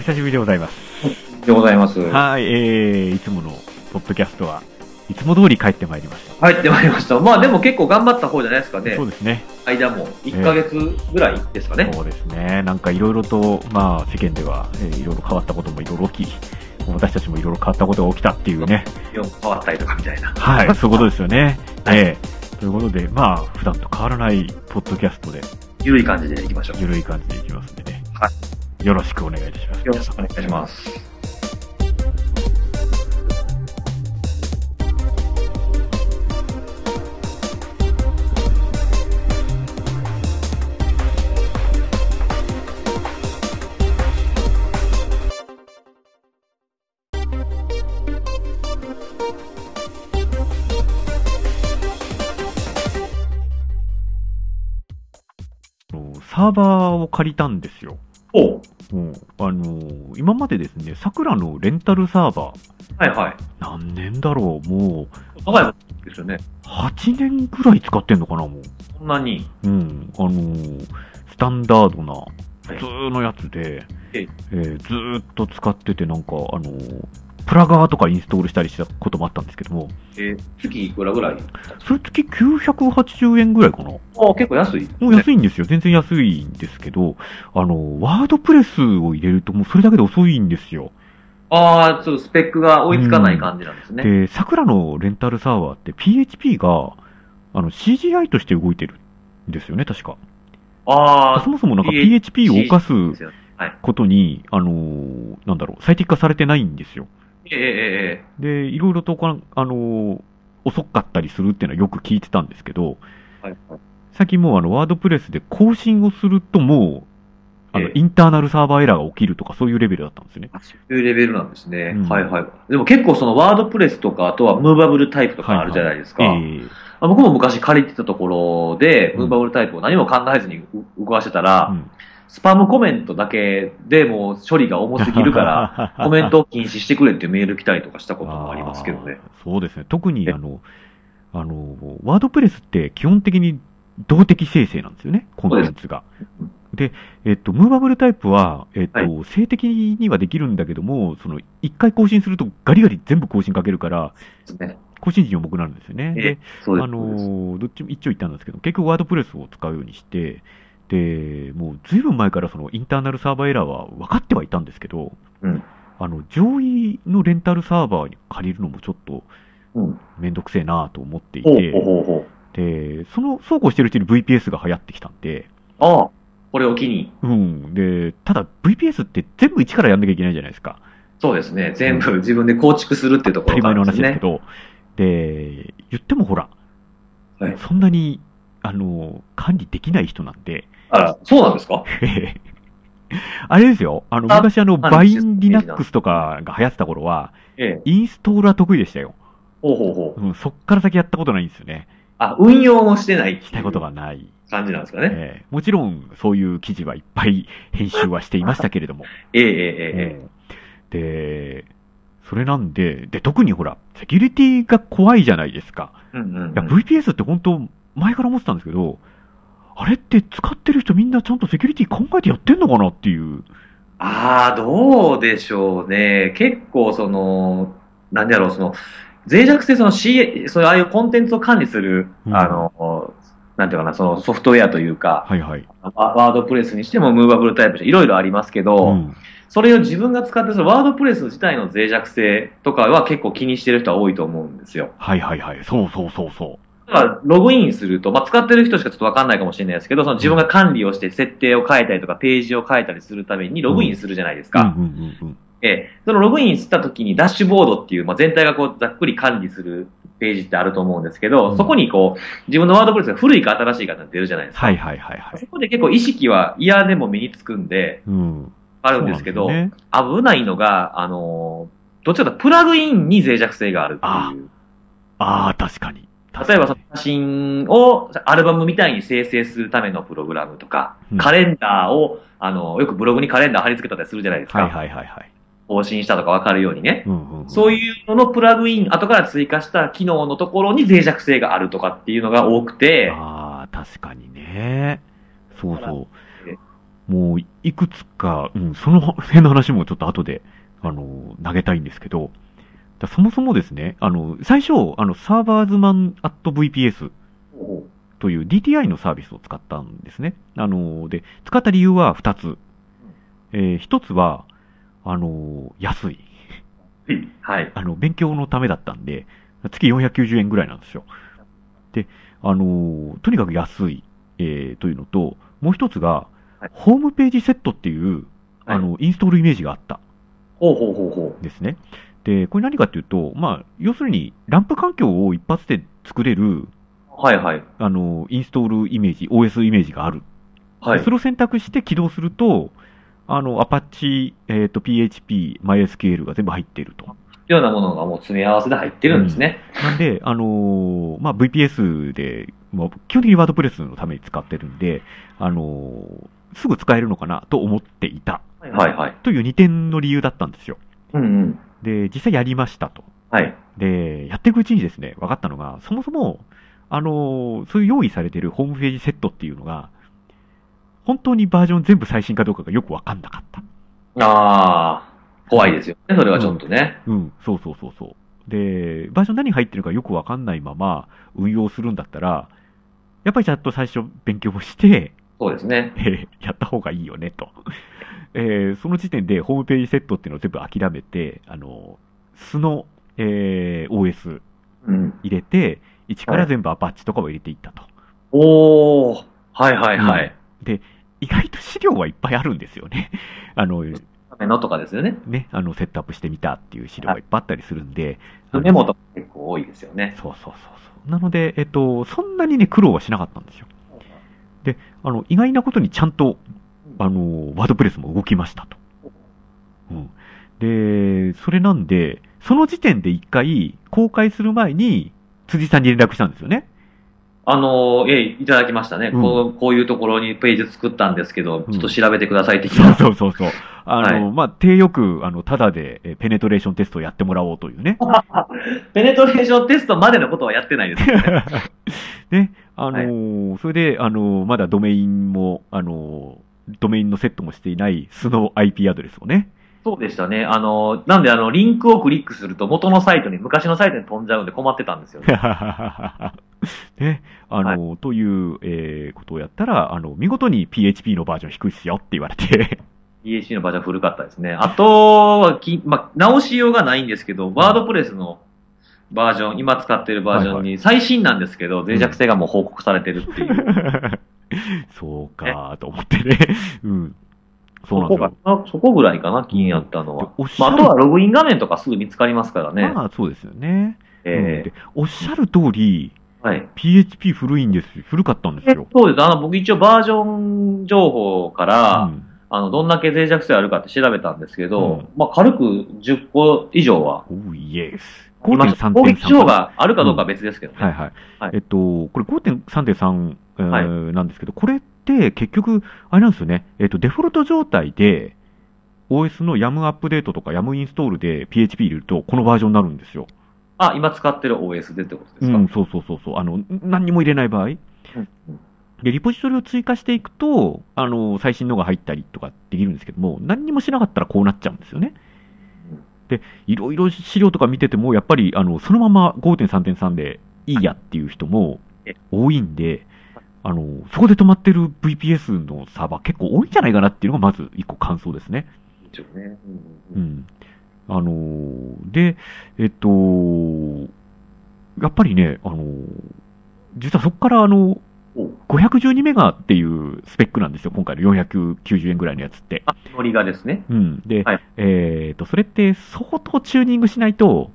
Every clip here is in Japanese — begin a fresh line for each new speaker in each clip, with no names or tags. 久しぶりでございます。
でございます。
はい、えー、いつものポッドキャストはいつも通り帰ってまいりました。
入ってまいりました。まあでも結構頑張った方じゃないですかね
そう。ですね。
間も1ヶ月ぐらいですかね。
そうですね。なんかいろいろと、まあ、世間では、えーいろいろ変わったこともいろいろ起き、私たちもいろいろ変わったことが起きたっていう ね。
気温変わったりとかみたいな。
はい、 そういうことですよ ね。えーということで、まあ、普段と変わらないポッドキャストで、
緩い感じでいきましょう。
ゆるい感じでいきますんでね。
は
よろしくお願いいたします。
よろしくお願いします。
あのサーバーを借りたんですよ。
おう
うんあのー今までですね、桜のレンタルサーバー、
はいはい。
何年だろう、もう、
長いもんですよね。
8年くらい使ってんのかな、もう。
そんなに。
うん、あのースタンダードな、普通のやつで、
え
え
え
ーずーっと使ってて、なんか、あのープラガーとかインストールしたりしたこともあったんですけども、
えー月いくらぐらい
それ月980円ぐらいかな。
ああ、結構安い。
もう安いんですよ。全然安いんですけど、あの、ワードプレスを入れるともうそれだけで遅いんですよ。
ああ、ちょっとスペックが追いつかない感じなんですね。
で、桜のレンタルサーバーって PHP が、あの、CGI として動いてるんですよね、確か。
ああ、
そもそもなんか
PHP
PHP を動かす
ですよね。
ことに、あのーなんだろう、最適化されてないんですよ。
ええええ
で、いろいろとこの、あのー遅かったりするっていうのはよく聞いてたんですけど、
ええはいはい。
最近もうあの、ワードプレスで更新をするともう、あの
え、え
インターナルサーバーエラーが起きるとかそういうレベルだったんですよね。
あそういうレベルなんですね。
うん
はいはい。でも結構そのワードプレスとか、あとはムーバブルタイプとかあるじゃないですか。
ええ
あ僕も昔借りてたところで、
うん
ムーバブルタイプを何も考えずにう動かしてたら、
うん
スパムコメントだけでもう処理が重すぎ るから、
ら
コメントを禁止してくれっていうメール来たりとかしたこともありますけどね。
あー。そうですね。特に、あの、あの、ワードプレスって基本的に動的生成なんですよね、コンテンツが。で、えっと、ムーバブルタイプは、えっと、
は
性的にはできるんだけども、その、一回更新するとガリガリ全部更新かけるから、
そうですね。
更新時重くなるんですよね。
ええ
で、
そうです
あのーどっちも一応言ったんですけど、結局ワードプレスを使うようにして、で、もうずいぶん前からそのインターナルサーバーエラーは分かってはいたんですけど、
うん
あの、上位のレンタルサーバーに借りるのもちょっと
うん
めんどくせえなと思ってい
ほう
て、
ほうほうほう。
で、その、そうこうしてるうちに VPS が流行ってきたんで、
ああ、これを機に。
うん。で、ただ VPS って全部一からやんなきゃいけないじゃないですか。
そうですね。全部自分で構築するっていうとこ
当た
ろ
り前の
からで
話で
す
すけ
ね。
ど、で、言ってもほら、
はい
そんなに、あの、管理できない人なんで、
あら、そうなんですか
ええ あれですよ。あの、
あ
昔あの、
あ
バインリナックスとかが流行ってた頃は、
ええ。
インストールは得意でしたよ。
ほうほうほう。
うん、そっから先やったことないんですよね。
あ、運用もしてないって
し
い
た
う
ことがない。
感じなんですかね。
ええもちろん、そういう記事はいっぱい編集はしていましたけれども。
えええええ
で、
え。
それなんで、で、特にほら、セキュリティが怖いじゃないですか。
うんうん
いや、
うん。
VPS って本当、前から思ってたんですけど、あれって使ってる人みんなちゃんとセキュリティ考えてやってんのかなっていう。
ああ、どうでしょうね。結構その、なんだろう、その、脆弱性、その C、そういうああいうコンテンツを管理する、
うん
あの、なんていうかな、そのソフトウェアというか、
はいはい。
ワワードプレスにしてもムーバブルタイプにしてもいろいろありますけど、
うん
それを自分が使ってるそのワードプレス自体の脆弱性とかは結構気にしてる人は多いと思うんですよ。
はいはいはい。そうそうそうそう。
だからログインすると、まあ、使ってる人しかちょっとわかんないかもしれないですけど、その自分が管理をして設定を変えたりとか、ページを変えたりするためにログインするじゃないですか。
うんうんうんうん。
ええ、そのログインした時にダッシュボードっていう、まあ、全体がこうざっくり管理するページってあると思うんですけど、
うん
そこにこう、自分のワードプレスが古いか新しいかって出るじゃないですか。
はいはいはいは
そ
い。
こで結構意識は嫌でも身につくんで、
うん。
あ
あ
るんですけど、
ね、
危ないのが、あのーどっちかというとプラグインに脆弱性があるっていう。
ああ、確かに。
例えばその写真をアルバムみたいに生成するためのプログラムとか、カレンダーを、あのーよくブログにカレンダー貼り付けたりするじゃないですか。
はいはいはいはい。
更新したとかわかるようにね。
うんうんうん、
そう
う。
いうののプラグイン、後から追加した機能のところに脆弱性があるとかっていうのが多くて、
ああ、確かにね。そうそう。もう、いくつか、うん、その辺の話もちょっと後で、あの、投げたいんですけど、だそもそもですね、あの、最初、あの、サーバーズマンアット VPS
おう
という DTI のサービスを使ったんですね。あの、で、使った理由は2つ。えー、1つは、あの、安い。
はい。
あの、勉強のためだったんで、月490円ぐらいなんですよ。で、あのーとにかく安い、えーというのと、もう一つが、
はい
ホームページセットっていう、あの、インストールイメージがあった
ほうほうほうほ
んですね。で、これ何かっていうと、まあ、要するに、ランプ環境を一発で作れる、
う。はいはい。
あの、インストールイメージ、OS イメージがある。
はい
そ。れを選択して起動すると、あの、Apache、えーと、PHP、MySQL が全部入っていると。
ようなものがもう詰め合わせで入ってるんですね。
なんで、あのーまあ、VPS で、まあ、基本的にワードプレスのために使ってるんで、あのーすぐ使えるのかなと思っていた
はいはい。
という2点の理由だったんですよ。
うんうん。
で、実際やりましたと。
はい。
で、やっていくうちにですね、分かったのが、そもそも、あのーそういう用意されてるホームページセットっていうのが、本当にバージョン全部最新かどうかがよく分かんなかった。
ああ、怖いですよね。それはちょっとね。
うん、そうそうそうそう。で、バージョン何入ってるかよくわかんないまま運用するんだったら、やっぱりちゃんと最初勉強をして、
そうですね。
えーやった方がいいよねと。えーその時点でホームページセットっていうのを全部諦めて、あの、素の、えー OS
うん。
入れて、一から全部アパッチとかを入れていったと。
おおはいはいはい。
意外と資料はいっぱいあるんですよね。あの、
ためのとかですよね。
ね、あの、セットアップしてみたっていう資料がいっぱいあったりするんで、あの
メモとか結構多いですよね。
そうそうそうそう。なので、えっと、そんなにね、苦労はしなかったんですよ。あの、意外なことにちゃんと、あの、ワードプレスも動きましたと。うん。で、それなんで、その時点で一回公開する前に、辻さんに連絡したんですよね。
あのー、ええ、いただきましたね、
うん
こう。こういうところにページ作ったんですけど、
うん
ちょっと調べてください的
そう
な。
そうそうそう。あの、
は
まあ、手よく、あの、ただで、えペネトレーションテストをやってもらおうというね。
ペネトレーションテストまでのことはやってない です。
ね、あのーそれで、あのーまだドメインも、あのードメインのセットもしていない素の IP アドレスをね、
そうでしたね。あのー、なんであの、リンクをクリックすると元のサイトに、昔のサイトに飛んじゃうんで困ってたん ですよね。
ね、あのーという、えーことをやったら、あの、見事に PHP のバージョン低いっすよって言われて、
EAC のバージョン古かったですね。あとはき、まあ、直しようがないんですけど、ワードプレスのバージョン、今使ってるバージョンに最新なんです けど、脆弱性がもう報告されてるっていう。
そうかと思ってね、 うん。そうなん
そ
で
こ
すよ
が。あそこぐらいかな、気になったのは。
おっし
ま
ゃ
あ、あ
る、
とはログイン画面とかすぐ見つかりますからね。
まあそうですよね、うん
ええ
でおっしゃる通り、
はい。
PHP 古いんです古かったんですよ。
そうです。あの、僕一応バージョン情報から、
うん
あの、どんだけ脆弱性あるかって調べたんですけど、
うん
まあ、軽く10個以上は、
おーイエス。
今攻撃手法
5.3.3。
があるかどうかは別ですけどね。
はいはい。
はい
えっと、これ5.3.3、えー
は
なんですけど、これって結局、あれなんですよね。えっと、デフォルト状態で、OS の YAM アップデートとか YAM インストールで PHP 入れると、このバージョンになるんですよ。
あ、今使ってる OS でってこと
う
ですか。
ん、そうそうそうそう。あの、何にも入れない場合。で、リポジトリを追加していくと、あの、最新のが入ったりとかできるんですけども、何にもしなかったらこうなっちゃうんですよね
うん。
で、いろいろ資料とか見てても、やっぱり、あの、そのまま5.3.3でいいやっていう人も
え
多いんで、あの、そこで止まってる VPS のサーバー結構多いんじゃないかなっていうのがまず一個感想ですね。
でしょうね。う
うんん。あのーで、えっと、やっぱりね、あのー実はそこからあの、
お
512メガっていうスペックなんですよ、今回の490円ぐらいのやつって。
あ、ノリがですね。
うん。で、
はい
えっと、それって相当チューニングしないと、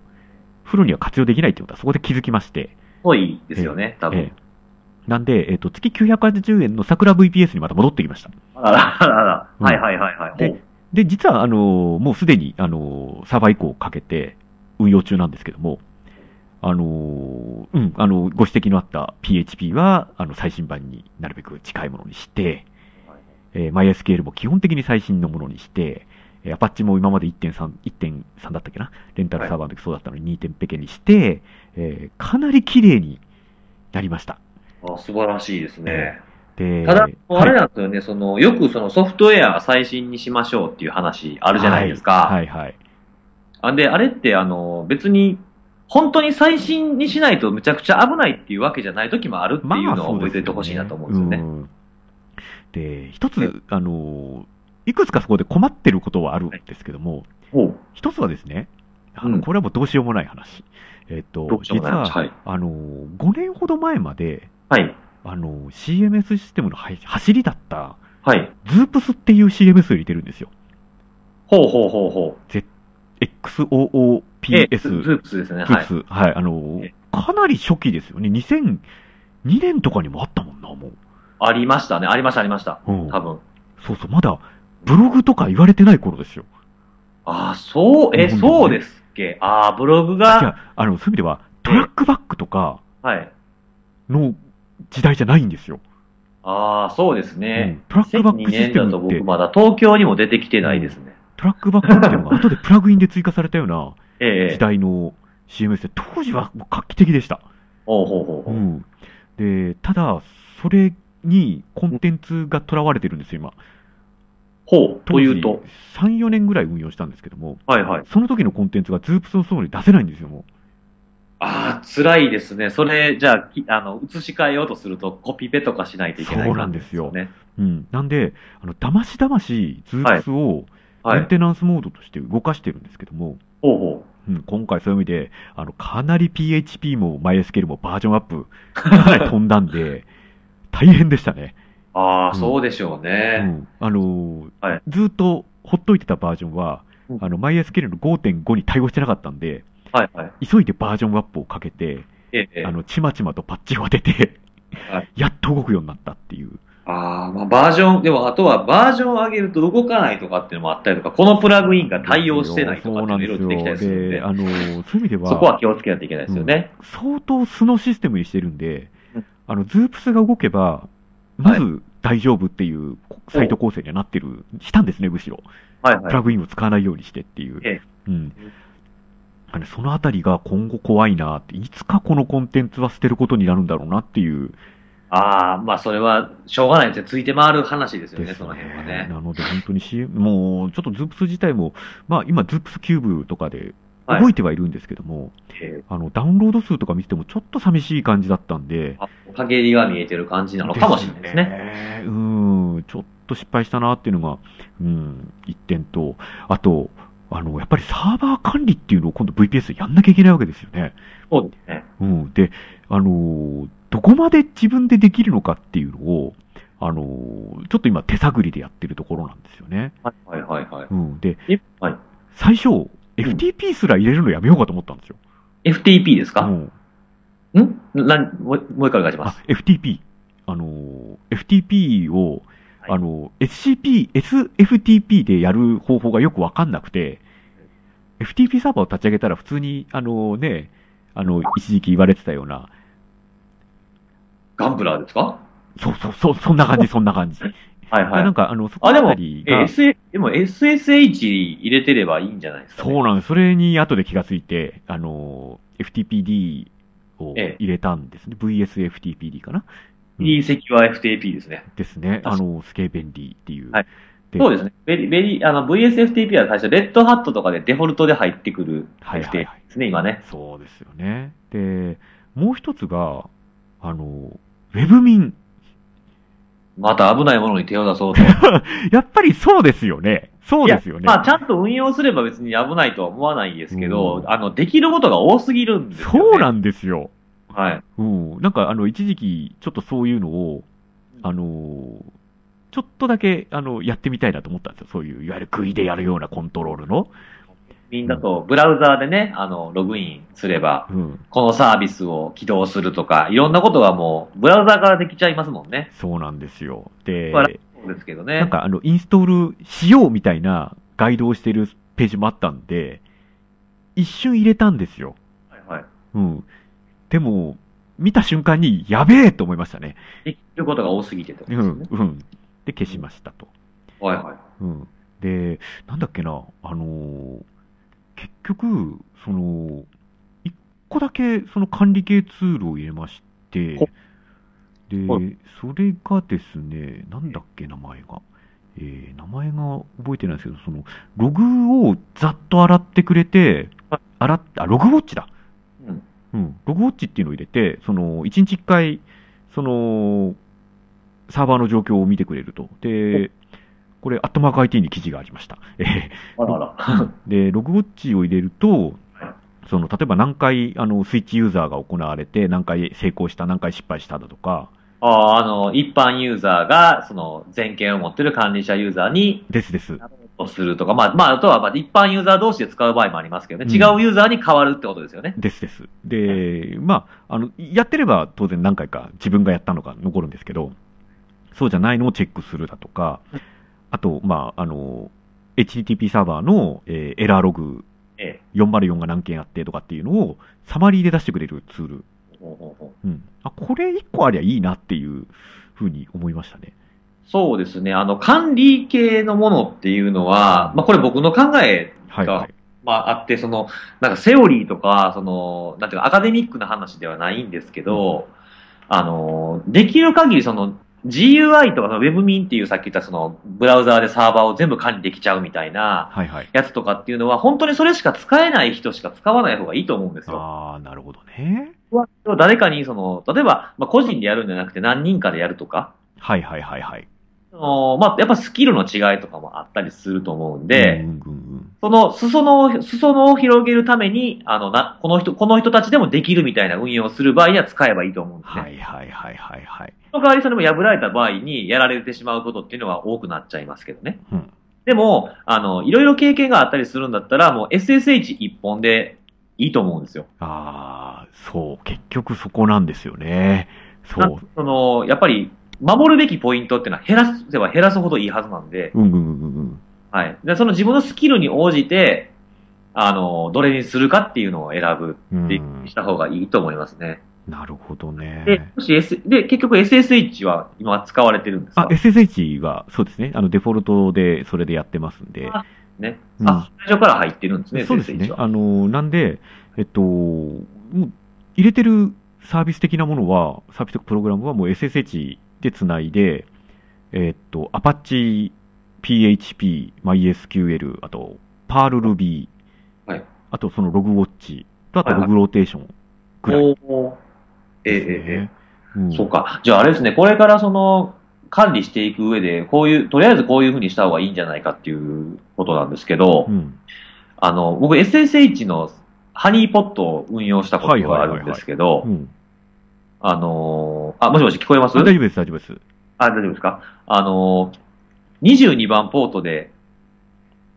フルには活用できないってことはそこで気づきまして。
ぽいですよね、多
え
分。
えなんで、えっ、と、月980円の桜 VPS にまた戻ってきました。
あららら
うん
ら。はいはいはいはい。
で
お
で、実は、あのもうすでに、あのサーバー移行をかけて運用中なんですけども、あのうん、あのご指摘のあった PHP は、あの、最新版になるべく近いものにして、えー MySQL も基本的に最新のものにして、えー Apache も今まで1.3、1.3だったっけなレンタルサーバーの時そうだったのに2.0ペにして、えーかなり綺麗になりました。
あ素晴らしいですね。
で、
ただ、あれ
はい
なんですよね、その、よくそのソフトウェア最新にしましょうっていう話あるじゃないですか。
はいはい。
あで、あれって、あの、別に、本当に最新にしないとむちゃくちゃ危ないっていうわけじゃない時もあるって
まあ
いうのを
そう
覚
で
え
す
てお
よ
いてほしいなと思うん
ね
ですよね。
うんで、一
ね
つ、あの、いくつかそこで困ってることはあるんですけども、
おう
一つはですね、あ
う
の
ん
これはもうどうしようもない話。えっと
どう、しよう
実
もな
は、
いはい。
あの、5年ほど前まで、
はい。
あの、CMS システムのは走りだった、
はい。
ズープスっていう CMS を入れてるんですよ。
ほうほうほうほう。
XOOPS。
ええズズープスですね。はい。
ズープスはい、あの
え、
かなり初期ですよね。2002年とかにもあったもんな、もう。
ありましたね。ありました、ありました。
うん
多分。
そうそう、まだ、ブログとか言われてない頃ですよ。
ああ、そう、え、
うん
そうですっけ。ああ、ブログ
い
が、
や、あの、そういう意味では、トラックバックとか
はい。
の時代じゃないんですよ。
ああ、そうです
う
ね
ん。トラックバッ
2002
クシス
年
テ
だ
ム
と
っ
僕
て、
まだ東京にも出てきてないですね。
トラックバックっていうのが後でプラグインで追加されたような
え
時
え。
代の CMS で、当時はもう画期的でした。
ほうほうほ
う
うほう。
ん。で、ただ、それにコンテンツがとらわれてるんですよ、今。
ほう、
当
と
時
いうと。
3、4年ぐらい運用したんですけども、
はいはい。
その時のコンテンツがズープスの層に出せないんですよ、も
ああ、辛いですね。それ、じゃあ、きあの、移し替えようとすると、コピペとかしないといけない
そうなんですよ
ね。
う。うん。なんで、あの、だましだまし、ズープスを
は
メン
い。
テナンスモードとして動かしてるんですけども、
ほうほ
うん、今回そういう意味で、あの、かなり PHP も MySQL もバージョンアップ、かなり飛んだん で、大変でしたね。
う。ああ、
うん
そうでしょう
う
ね。
ん。あのー
はい
ずーっとほっといてたバージョンは
うん、
あの、MySQL の5.5に対応してなかったんで、
はいはい。
急いでバージョンアップをかけて、
ええええ
あ。の、ちまちまとパッチを当てて
はい、
やっと動くようになったっていう。
ああ、まあ、バージョン、でも、あとはバージョンを上げると動かないとかっていうのもあったりとか、このプラグインが対応してないとかっていうのもいろいろ出てきたりするんで
そう、なんですよであの、そういう意味では、
そこは気をつけないといけないですよね。
相当素のシステムにしてるんで
うん、
あの、ズープスが動けば、まず大丈夫っていうサイト構成にはなってる、したんですね、むしろ。
はい
プ
はい。
ラグインを使わないようにしてっていう。
え
うん。あのそのあたりが今後怖いなって、いつかこのコンテンツは捨てることになるんだろうなっていう。
ああ、まあ、それは、しょうがないですね。ついて回る話ですよね、
です
その辺
ね
はね。
なので本当に CM、もうちょっとズープス自体も、まあ今ズープスキューブとかで
はい
動いてはいるんですけども、
え
あのダウンロード数とか見ててもちょっと寂しい感じだったんで、
あ陰りが見えてる感じなのかもしれないですね。
ね。うん、ちょっと失敗したなっていうのが、うん、一点と、あと、あの、やっぱりサーバー管理っていうのを今度 VPS でやんなきゃいけないわけですよね。
そうですね。
うん。で、あの、どこまで自分でできるのかっていうのを、あの、ちょっと今手探りでやってるところなんですよね。
はいはいはい。
うん。で、
えはい
最初、FTP すら入れるのやめようかと思ったんですよ。
FTP です
う
か、
ん、
ん、なんもうもう一回お願いしま
あ
す。、
FTP。あの、FTP を、
はい
あの、SCP、SFTP でやる方法がよくわかんなくて、FTP サーバーを立ち上げたら普通に、あのね、あの、一時期言われてたような、
ガンプラーですか
そうそうそう、そんな感じ、そんな感じ。
はいは
ないん。か、あの、そこ
あ、で
あ
も、
た
え
りが、
S、でも SSH 入れてればいいんじゃないですか、ね、
そうなんです。それに後で気がついて、あの、FTPD を
ええ
入れたんですね。VSFTPD かなうん
D 席は FTP ですね。
ですね。あ
確か
の、すげえ便利っていう。
はい
で
そうですね。ベリ、ベリ、あの、VSFTP は最初、レッドハットとかでデフォルトで入ってくる
はいはい
FTP で
はい。
すね、今ね。
そうですよね。で、もう一つが、あの、ウェブ民。
また危ないものに手を出そうと。
やっぱりそうですよね。そうですよね。
まあ、ちゃんと運用すれば別に危ないとは思わないですけど、
うん
あの、できることが多すぎるんですよ、ね。
そうなんですよ。
はい。
うん。なんか、あの、一時期、ちょっとそういうのを、あのーちょっとだけ、あの、やってみたいなと思ったんですよ。そういう、いわゆるグイでやるようなコントロールの。
みんなと、ブラウザーでね、あの、ログインすれば、
うん。
このサービスを起動するとか、いろんなことがもう、ブラウザーからできちゃいますもんね。
そうなんですよ。で、
まあそうですけどね。
なんか、あの、インストールしようみたいなガイドをしてるページもあったんで、一瞬入れたんですよ。
はいはい。
うん。でも、見た瞬間に、やべえと思いましたね。
できることが多すぎてってこと
う
ですよ
ん
ね。、
うん。で、消しましたと。
はいはい。
うん。で、なんだっけな、あのー結局、その、一個だけ、その管理系ツールを入れまして
ほ、
で、
は
それがですね、なんだっけ、名前が。えー名前が覚えてないですけど、その、ログをざっと洗ってくれて、洗っあ、ログウォッチだ。
うん。
うん。ログウォッチっていうのを入れて、その、1日1回、その、サーバーの状況を見てくれると。で、これ、アットマーク IT に記事がありました。えー
あらあら。
で、ログウォッチを入れると
はい、
その、例えば何回、あの、スイッチユーザーが行われて、何回成功した、何回失敗しただとか、
あーあの、一般ユーザーが、その、全権を持ってる管理者ユーザーに、
ですです。
をするとか、まあ、まあ、あとは、まあ、一般ユーザー同士で使う場合もありますけどね、
うん
違うユーザーに変わるってことですよね。
ですです。で、まあ、あの、やってれば当然何回か自分がやったのが残るんですけど、そうじゃないのをチェックするだとか
うん、
あと、まあ、あの、HTTP サーバーの、えーエラーログ
え
404が何件あってとかっていうのをサマリーで出してくれるツール。
え。ほうほうほう
うん。あ、これ1個ありゃいいなっていうふうに思いましたね。
そうですね。あの、管理系のものっていうのは、まあ、これ僕の考え、
はい、はい。
まあ、あって、その、なんかセオリーとか、その、なんていうか、アカデミックな話ではないんですけど、あの、できる限り、その、GUI とか、WebMin っていうさっき言った、その、ブラウザーでサーバーを全部管理できちゃうみたいな、
はいはい。
やつとかっていうのは、本当にそれしか使えない人しか使わない方がいいと思うんですよ。
ああ、なるほどね。
誰かに、その、例えば、まあ、個人でやるんじゃなくて何人かでやるとか、
はいはいはいはい。
そのまあ、やっぱスキルの違いとかもあったりすると思うんで、
うんうんうん、
その、裾野を、裾野を広げるために、あの、な、この人、この人たちでもできるみたいな運用をする場合には使えばいいと思うんですね。
はいはいはいはいはい。
その代わりそれも破られた場合にやられてしまうことっていうのは多くなっちゃいますけどね。
うん
でも、あの、いろいろ経験があったりするんだったら、もう SSH 一本でいいと思うんですよ。
ああ、そう、結局そこなんですよね。そ
なん
う。
その、やっぱり、守るべきポイントっていうのは減らせば減らすほどいいはずなんで、
うんうんうんうん。
はい。で、その自分のスキルに応じて、あの、どれにするかっていうのを選ぶ
うん
ってした方がいいと思いますね。
なるほど
で
ね、。
もし S、で、結局 SSH は今使われてるんです
あ
か、
SSH は、そうですね。あの、デフォルトで、それでやってますんで。
あね。
うん
あ、最初から入ってるんですね、
そうです
SSH
ね。
は。
あの、なんで、えっと、もう入れてるサービス的なものは、サービスとかプログラムはもう SSH でつないで、えっと、Apache、PHP、MySQL、あと、Perl Ruby、
はい
あとそのログウォッチと、あと
はい
ロ
はい
グローテーションぐらい
おーええ
ですね。
えええ
うん
え。そうか。じゃああれですね、これからその、管理していく上で、こういう、とりあえずこういうふうにした方がいいんじゃないかっていうことなんですけど、
うん。
あの、僕 SSH のハニーポットを運用したことがあるんですけど
う、ん。
あのーあ、もしもし聞こえます
あ大丈夫です、大丈夫です。
あ、大丈夫ですかあのー、22番ポートで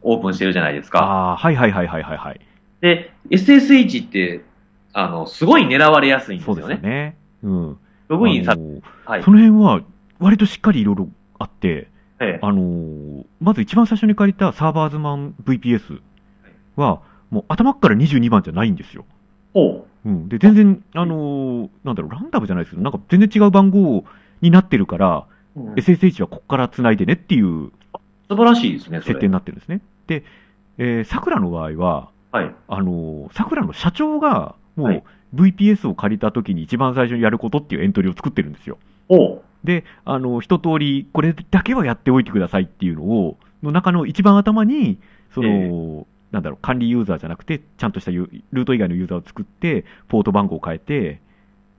オープンしてるじゃないですか。
ああー、はいはいはいはいはいはい。
で、SSH って、あの、すごい狙われやすいんです
そ
よ
うで
ね。
すよね。うん。
ログインさ
あ、の
はい
そ。の辺は、割としっかりいろいろあって、
ええ
あのーまず一番最初に借りたサーバーズマン VPS は、もう頭っから22番じゃないんですよ。
ほう。
うん、で、全然、あのーなんだろう、ランダムじゃないですけど、なんか全然違う番号になってるから、
うん
SSH はここから繋いでねっていう
素晴らしいですね、そ
設定
れ。
になってるんですね。で、えー桜の場合は、
はい。
あのー桜の社長が、も
は
う
い
VPS を借りた時に一番最初にやることっていうエントリーを作ってるんですよ。
ほう。
で、あの、一通り、これだけはやっておいてくださいっていうのを、の中の一番頭に、その、
え
なんだろう、管理ユーザーじゃなくて、ちゃんとしたユールート以外のユーザーを作って、ポート番号を変えて、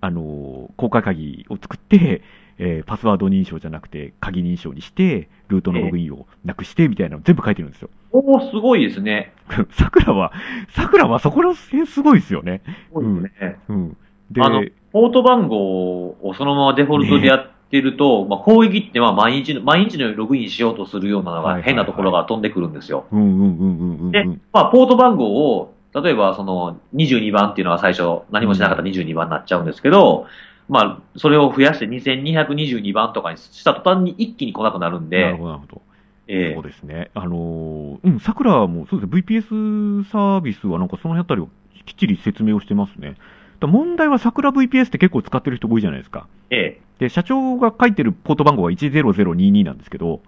あの、公開鍵を作って、えーパスワード認証じゃなくて、鍵認証にして、ルートのログインをなくして、みたいなの全部書いてるんですよ。
おーすごいですね。
桜は、桜はそこら辺すごいですよね。
すごいですね。
うん。で、
あのポート番号をそのままデフォルトでやってると、まあ、攻撃ってまあ毎日の、毎日のようにログインしようとするようなの
はいはいは
が
い
変なところが飛んでくるんですよ。
うんうんうんうんうんうん。
まあ、ポート番号を、例えばその22番っていうのは最初何もしなかった22番になっちゃうんですけど、まあ、それを増やして2222番とかにした途端に一気に来なくなるん
なる
で、
ほど、なるほど。
え
そう
ー
ですね。あのーうん、桜も、そうですね、VPS サービスはなんかその辺あたりをきっちり説明をしてますね。だ問題は桜 VPS って結構使ってる人多いじゃないですか。
え
で、社長が書いてるポート番号は10022なんですけど、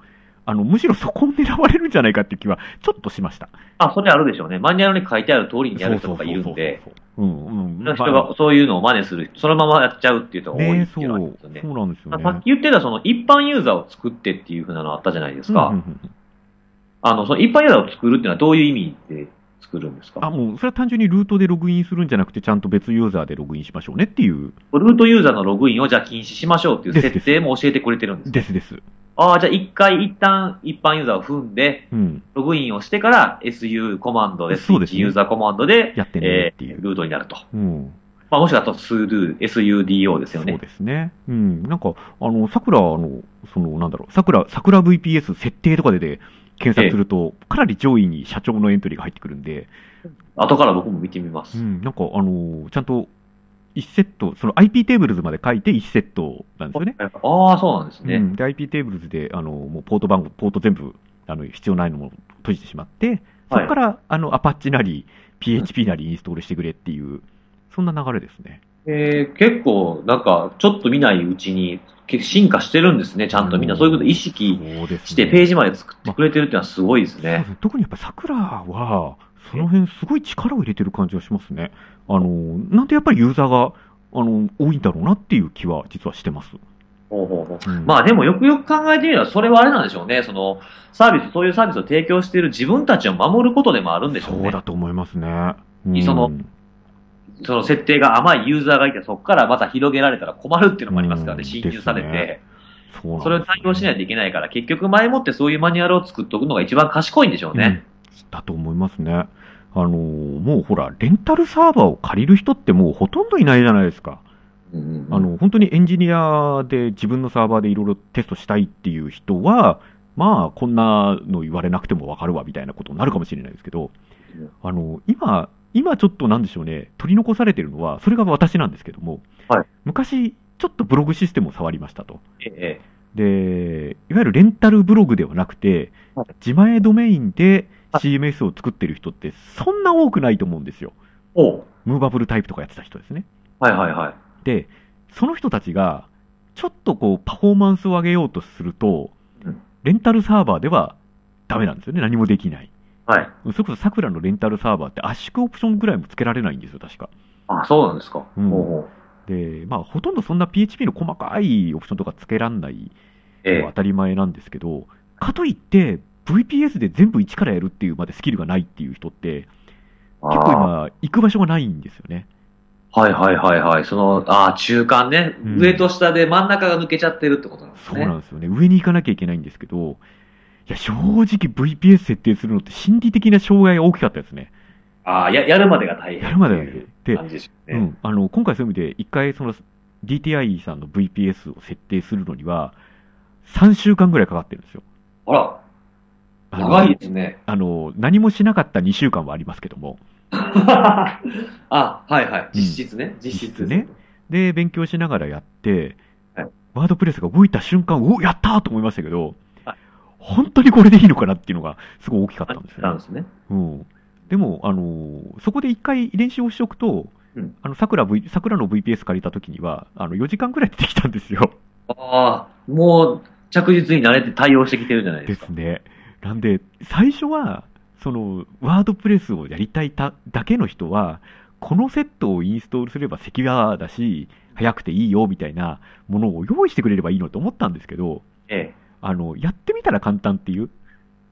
あの、むしろそこを狙われるんじゃないかっていう気は、ちょっとしました。
あ、それあるでしょうね。マニュアルに書いてある通りにやる人とかいるんで、
そうそうそうそう。うん、うん。
人がそういうのを真似する、そのままやっちゃうっていう人が多い
ね
っ
そ
ていうのがありま
う
すよ。ね
そ。うなんですよ
まあ
ね。
さっき言ってたその一般ユーザーを作ってっていうふうなのあったじゃないですか。
うんうんうん
あの、その一般ユーザーを作るっていうのはどういう意味で作るんです
あ、
か
もう、それは単純にルートでログインするんじゃなくて、ちゃんと別ユーザーでログインしましょうねっていう。
ルートユーザーのログインをじゃあ禁止しましょうっていう
ですです
設定も教えてくれてるんです。
ですです。
ああ、じゃあ一回一旦一般ユーザーを踏んで、
うん。
ログインをしてから SU コマンドで、
そうですね
SU ユーザーコマンドで、
やってね
え
っていう
ー、。ルートになると。
うん。
まあ、もしくはあと、スルー、SUDO ですよ
そう
ね。
ですね。うん。なんか、あの、桜の、その、なんだろう、桜、桜 VPS 設定とかでで検索すると、かなり上位に社長のエントリーが入ってくるんで、
後から僕も見てみます。
うん、なんか、あの、ちゃんと、1セット、その IP テーブルズまで書いて1セットなんですよね。
ああ、そうなんですね。
うん、で、IP テーブルズで、あの、もうポート番号、ポート全部、あの、必要ないのも閉じてしまって、そ
はい
こから、あの、アパッチなり、PHP なりインストールしてくれっていう、そんな流れですね。
えー結構、なんか、ちょっと見ないうちに、け進化してるんですね、ちゃんとみんな。そういうこと意識
そうですね
して、ページまで作ってくれてるってのはすごいです
そうで
ね
す。ね特にやっぱ桜は、その辺すごい力を入れてる感じがしますね。あの、なんでやっぱりユーザーが、あの、多いんだろうなっていう気は実はしてます。
ほうほうほう
うん
まあでもよくよく考えてみれば、それはあれなんでしょうね。その、サービス、そういうサービスを提供している自分たちを守ることでもあるんでしょう
そう
ね。
だと思いますね。うん
そのその設定が甘いユーザーがいて、そこからまた広げられたら困るっていうのもありますから
う
ね、
ん
侵入され
ですね
て。
そうなんですね
それを対応しないといけないから、結局前もってそういうマニュアルを作っておくのが一番賢いんでしょうね。
うんだと思いますね。あのーもうほら、レンタルサーバーを借りる人ってもうほとんどいないじゃないですか。
うん
あの、本当にエンジニアで自分のサーバーでいろいろテストしたいっていう人は、まあ、こんなの言われなくてもわかるわ、みたいなことになるかもしれないですけど
うん、
あの、今、今ちょっとなんでしょうね、取り残されてるのは、それが私なんですけども、
はい
昔、ちょっとブログシステムを触りましたと。
ええ
で、いわゆるレンタルブログではなくて
はい、
自前ドメインで
は
CMS を作ってる人って、そんな多くないと思うんですよ。
おう
ムーバブルタイプとかやってた人ですね。
はいはいはい。
で、その人たちが、ちょっとこう、パフォーマンスを上げようとすると
うん、
レンタルサーバーではダメなんですよね。何もできない。
はい。
それこそ桜のレンタルサーバーって圧縮オプションぐらいもつけられないんですよ、確か。
あ、そうなんですか。
うん
ほうほう
で、まあ、ほとんどそんな PHP の細かいオプションとかつけらんない
え
のは当たり前なんですけど、かといって、VPS で全部一からやるっていうまでスキルがないっていう人って、
あ
結構今、行く場所がないんですよね。
ーはいはいはいはい。その、あー中間ね、
うん
上と下で真ん中が抜けちゃってるってことなんです
そう
ね。
なんですよね。上に行かなきゃいけないんですけど、いや、正直 VPS 設定するのって心理的な障害が大きかったですね。
ああ、や、やるまでが大変。
やるまでがねで
感じです
う
よね。
ん。あの、今回そういう意味で、一回その DTI さんの VPS を設定するのには、3週間ぐらいかかってるんですよ。
あら、
あの
長いですね。
あの、何もしなかった2週間はありますけども、
あ、はいはい。実質ね。実質。
ね。で、勉強しながらやって
はい、
ワードプレスが動いた瞬間、おやったーと思いましたけど
はい、
本当にこれでいいのかなっていうのが、すごい大きかったんですよね
な。んですね。
うん、でも、あのーそこで一回練習をしておくと、
うん
あの桜 V 桜の VPS 借りたときにはあの4時間くらい出てきたんですよ。
ああ、もう着実に慣れて対応してきてるじゃ ないで
です
か
す。ね。なんで、最初は、そのワードプレスをやりたいただけの人は、このセットをインストールすればセキュアだし、早くていいよみたいなものを用意してくれればいいのと思ったんですけど、
ええ。
あのやってみたら簡単っていう、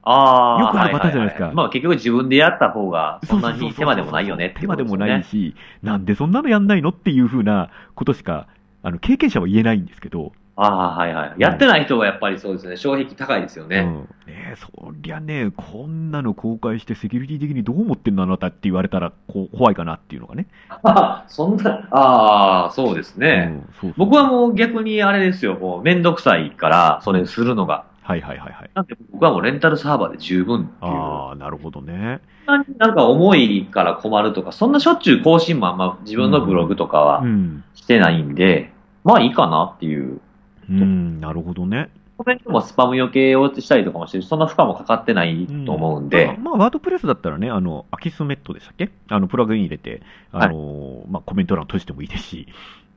ああ。
よくあるパターンじゃないですか
はははまあ結局自分でやった方が、そんなに手間でもないよねって
手
こ
間
と
で
です
も
よ
ない
ね。
し、なんでそんなのやんないのっていうふうなことしか、あの経験者は言えないんですけど、
ああ、はいはい。やってない人はやっぱりそうですね。障壁高いですよ
う
ね。
んねえそりゃね、こんなの公開してセキュリティ的にどう思ってんのあなたって言われたらこう怖いかなっていうのがね。
そんな、ああ、そうですね。
うんそうそう
僕はもう逆にあれですよ。もうめんどくさいから、それするのが。
はいはいはいはい。
なんで僕はもうレンタルサーバーで十分っていう。
ああ、なるほどね。
そんなになんか重いから困るとか、そんなしょっちゅう更新もあんま自分のブログとか
う
は
ん。
してないんで、まあいいかなっていう。
うん、なるほどね。
コメントもスパム余計をしたりとかもしてるしそんな負荷もかかってないと思うんで、
まあ、まあワードプレスだったらね、あの、アキスメットでしたっけあの、プラグイン入れて、あの、まあ、コメント欄閉じてもいいですし、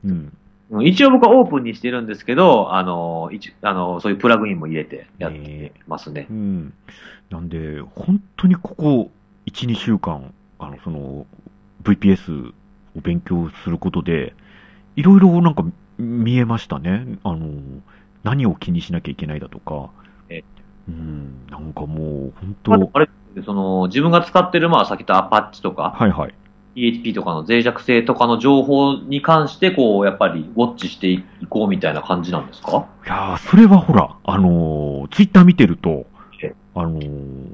うん。
うん一応僕はオープンにしてるんですけど、あの、一あのそういうプラグインも入れてやって
ね
ますね。
うん。なんで、本当にここ、1、2週間、あの、その、VPS を勉強することで、いろいろなんか見えましたね。あの、何を気にしなきゃいけないだとか
え。
うん、なんかもう、本当、
まああれその自分が使ってる、まあ、さっき言ったアパッチとか、
はいはい。
PHP とかの脆弱性とかの情報に関して、こう、やっぱりウォッチしていこうみたいな感じなんですか
いやーそれはほら、あのー、ツイッター見てると
え、
あのー、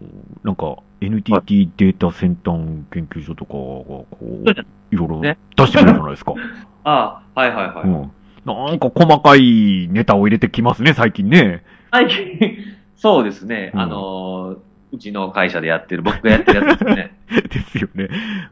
なんか、NTT データセンター研究所とかが、こう、
そう
い
じゃ
ろいろ
ね
出してくるじゃないですか。
ああ、はいはいは
う
い。
ん。なんか細かいネタを入れてきますね、最近ね。
最近、そうですね、
うん
あの、うちの会社でやってる、僕がやってるやつです ね。
ですよね。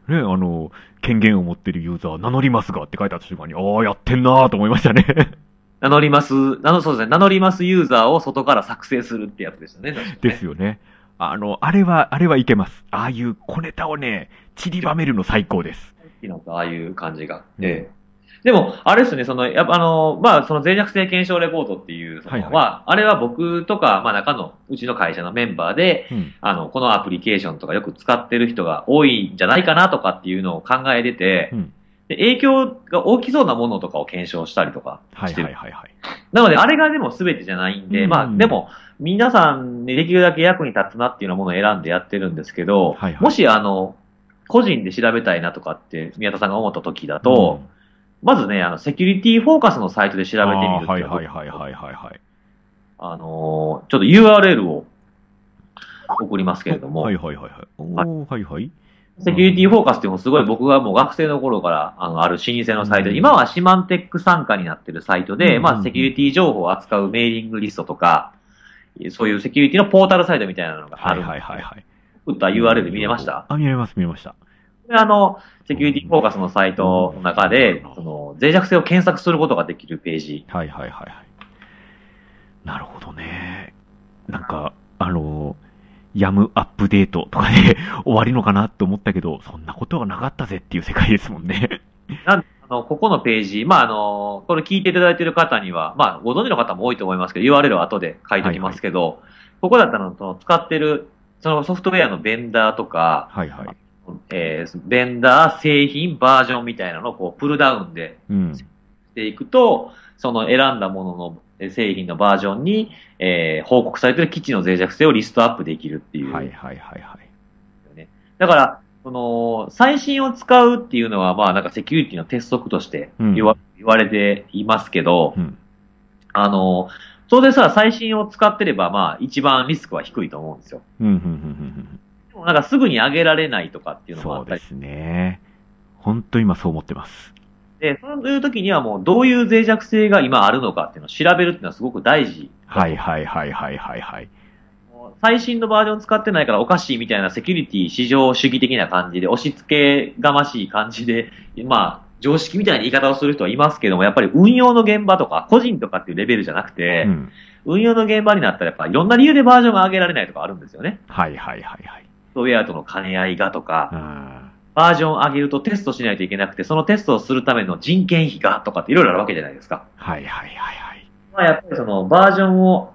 ね、あの、権限を持ってるユーザー、名乗りますがって書いてあった瞬間に、ああ、やってんなーと思いましたね。
名乗ります、名乗、そうですね、名乗りますユーザーを外から作成するってやつでしたね。確かね
ですよね。あの、あれは、あれはいけます。ああいう小ネタをね、散りばめるの最高です。
いいのか、ああいう感じが。
うん
ええでも、あれですね、その、やっぱあの、まあ、その脆弱性検証レポートっていう、その
はいはい
まあ、あれは僕とか、まあ、中の、うちの会社のメンバーで、
うん。
あの、このアプリケーションとかよく使ってる人が多いんじゃないかなとかっていうのを考えてて、
うん
で影響が大きそうなものとかを検証したりとか
は
し
い
て
は
る。
いはいはい。
なので、あれがでも全てじゃないんで、
うん
まあ、でも、皆さんにできるだけ役に立つなっていうようなものを選んでやってるんですけど、
はいはい
もし、あの、個人で調べたいなとかって宮田さんが思った時だと、
うん
まずね、あの、セキュリティフォーカスのサイトで調べてみるっていう
あー
の
はいはいはいはいはいはい。
あのーちょっと URL を送りますけれども、
はいはいはいはい。おーはいはい。
セキュリティフォーカスっていうのもすごい僕がもう学生の頃からあのある老舗のサイトで、今はシマンテック傘下になってるサイトで、
うん
まあセキュリティ情報を扱うメーリングリストとか、そういうセキュリティのポータルサイトみたいなのがあ
はい
る。
はいはいはい。
打った URL 見れました
あ、見れます見れました。
これあの、セキュリティフォーカスのサイトの中で、その脆弱性を検索することができるページ。
はいはいはいはい。なるほどね。なんか、あの、やむアップデートとかで終わりのかなって思ったけど、そんなことがなかったぜっていう世界ですもんね。
あの、ここのページ、まあ、あの、これ聞いていただいている方には、まあ、ご存知の方も多いと思いますけど、URL は後で書いておきますけど、ここだったら、その使ってる、そのソフトウェアのベンダーとか、
はいはい。
えーベンダー、製品、バージョンみたいなのをこうプルダウンで
うん。
していくと、その選んだもののえー製品のバージョンに、えー報告されている基地の脆弱性をリストアップできるっていう。
はいはいはいはい。
だから、その、最新を使うっていうのは、まあなんかセキュリティの鉄則として
うん
言わ,、言われていますけど、
うん。
あの、当然さ、最新を使ってれば、まあ一番リスクは低いと思うんですよ。
うん、うん、うん、うん
でもなんかすぐに上げられないとかって
う。
いうんのもあ
そ
っ
う
た
で
り
すね。ほんと今そう思ってます。
で、そういう時にはもうどういう脆弱性が今あるのかっていうのを調べるっていうのはすごく大事。
はいはいはいはいはいはい。
最新のバージョン使ってないからおかしいみたいなセキュリティ市場主義的な感じで押し付けがましい感じで、まあ、常識みたいな言い方をする人はいますけども、やっぱり運用の現場とか、個人とかっていうレベルじゃなくて、
うん。
運用の現場になったらやっぱいろんな理由でバージョンが上げられないとかあるんですよね。
はいはいはいはい。
ソフトウェアとの兼ね合いがとか、
あ
バージョン上げるとテストしないといけなくて、そのテストをするための人件費がとかっていろいろあるわけじゃないですか。
ーはいはいはいはい。
まあ、やっぱりそのバージョンを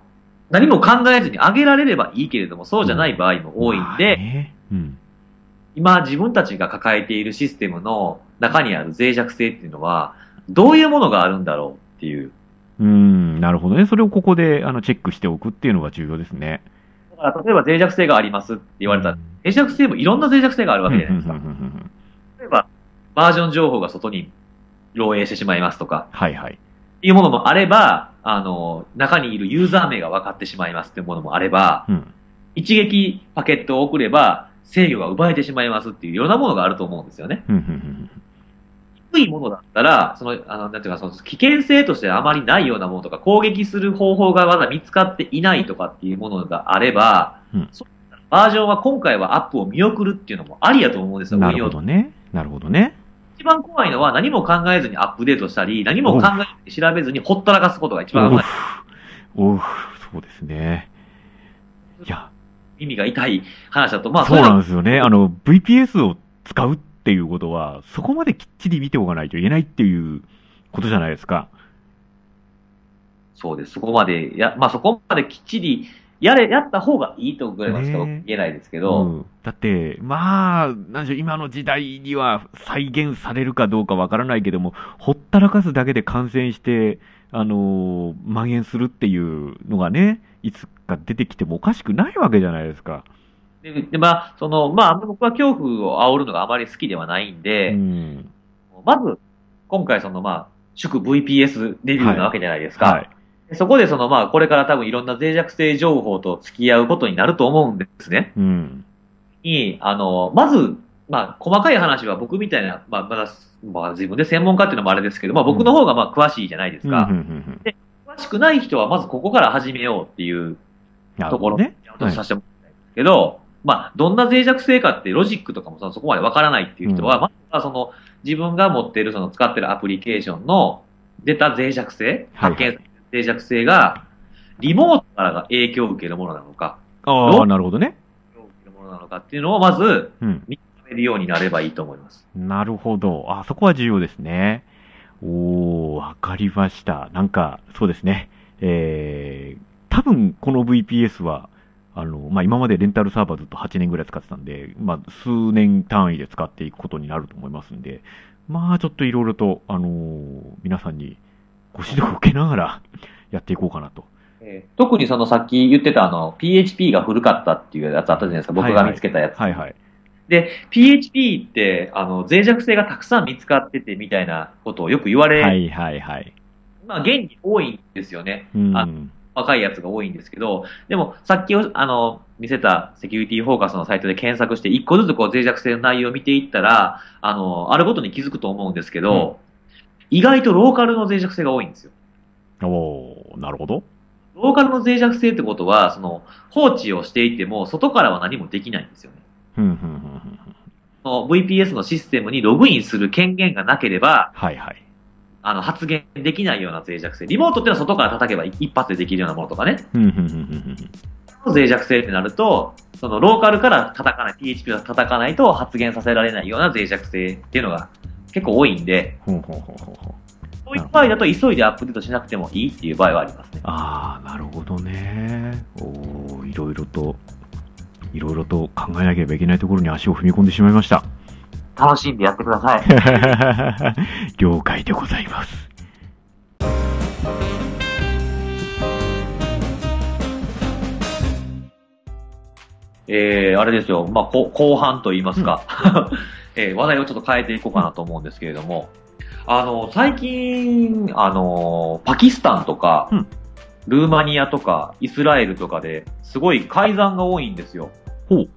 何も考えずに上げられればいいけれども、そうじゃない場合も多いん
まあ
で、
ねうん。
今自分たちが抱えているシステムの中にある脆弱性っていうのは、どういうものがあるんだろうっていう。
うん、なるほどね。それをここで、あの、チェックしておくっていうのが重要ですね。
だから例えば脆弱性がありますって言われたら、
うん
脆弱性もいろんな脆弱性があるわけじゃないです
う
か
ん。うんうんうんうん
例えば、バージョン情報が外に漏洩してしまいますとか、
はいはい。
いうものもあれば、あの、中にいるユーザー名が分かってしまいますっていうものもあれば、
うん。
一撃パケットを送れば制御が奪えてしまいますっていういろんなものがあると思うんですよね。
うんうんうん
低いものだったら、その、あの、なんていうか、その危険性としてあまりないようなものとか、攻撃する方法がまだ見つかっていないとかっていうものがあれば、
うん
そうバージョンは今回はアップを見送るっていうのもありやと思うんです
う
よ、
んな
運
る
用
ほ
と
ど。ね。なるほどね。
一番怖いのは何も考えずにアップデートしたり、何も考えずに調べずにほったらかすことが一番
おう
危ない。
おう、そうですね。いや、
耳が痛い話だと、まあ、
そう
れは
なんですよね。あの、VPS を使うっていうことは、そこまできっちり見ておかないといけないっていうことじゃないですか。
そうです。そこまで、や、まあそこまできっちり、やれ、やった方がいいとぐらいはしか
ね
言えないですけ
う
ど、
ん、だって、まあ、なんでしょう、今の時代には再現されるかどうかわからないけども、ほったらかすだけで感染して、あのー蔓延するっていうのがね、いつか出てきてもおかしくないわけじゃないですか。
でで、まあ、その、まあ、僕は恐怖を煽るのがあまり好きではないん
う
で、
ん。
まず、今回その、まあ、祝 VPS デビューなわけじゃないですか。
はい。
そこでその、まあ、これから多分いろんな脆弱性情報と付き合うことになると思うんですね。
うん。
に、あの、まず、まあ、細かい話は僕みたいな、まあ、まだ、まあ、自分で専門家っていうのもあれですけど、まあ、僕の方がまあ、詳しいじゃないです
うん
か。
うんうん
詳しくない人は、まずここから始めようっていう
うんなる
と
ほど
ころ
ね。
ことをさせてもらいたいんですけど、まあ、どんな脆弱性かってロジックとかもそのそこまでわからないっていう人は、
うん
まずはその自分が持っている、その使ってるアプリケーションの出た脆弱性、
はい
発見された脆弱性が、リモートからが影響を受けるものなのか、
ああ、なるほどね。
影響を受けるものなのかっていうのをまず、
うん。
見るようになればいいと思います。
なるほど。あ、そこは重要ですね。おー、わかりました。なんか、そうですね。えー、多分この VPS は、あの、まあ、今までレンタルサーバーずっと8年ぐらい使ってたんで、まあ、数年単位で使っていくことになると思いますんで、まあ、ちょっといろいろと、あのー皆さんにご指導を受けながらやっていこうかなと。
えー特にそのさっき言ってたあの、PHP が古かったっていうやつあったじゃないですか、僕が見つけたやつ。
はいはい。
PHP って、あの、脆弱性がたくさん見つかっててみたいなことをよく言われ
はいはいはい。
まあ、現に多いんですよね。
うん。
若いやつが多いんですけど、でも、さっきお、あの、見せたセキュリティフォーカスのサイトで検索して、一個ずつこう脆弱性の内容を見ていったら、あの、あるごとに気づくと思うんですけど、意外とローカルの脆弱性が多いんですよ。
おー、なるほど。
ローカルの脆弱性ってことは、その、放置をしていても、外からは何もできないんですよね。
ふんふんふんふんふん。
その VPS のシステムにログインする権限がなければ、
はいはい。
あの、発言できないような脆弱性。リモートってのは外から叩けば一発でできるようなものとかね。
ふんふんふんふんふん。
脆弱性ってなると、そのローカルから叩かない、PHP を叩かないと発言させられないような脆弱性っていうのが結構多いんで、
ほうほうほうほうほう。
そういう場合だと急いでアップデートしなくてもいいっていう場合はありますね。
ああ、なるほどね。おーいろいろと、いろいろと考えなければいけないところに足を踏み込んでしまいました。
楽しんでやってください。
了解でございます。
えー、あれですよ。まあ、こ後半と言いますか、 えー話題をちょっと変えていこうかなと思うんですけれども、あの、最近、あの、パキスタンとか、
うん
ルーマニアとか、イスラエルとかで、すごい改ざんが多いんですよ。
ほう。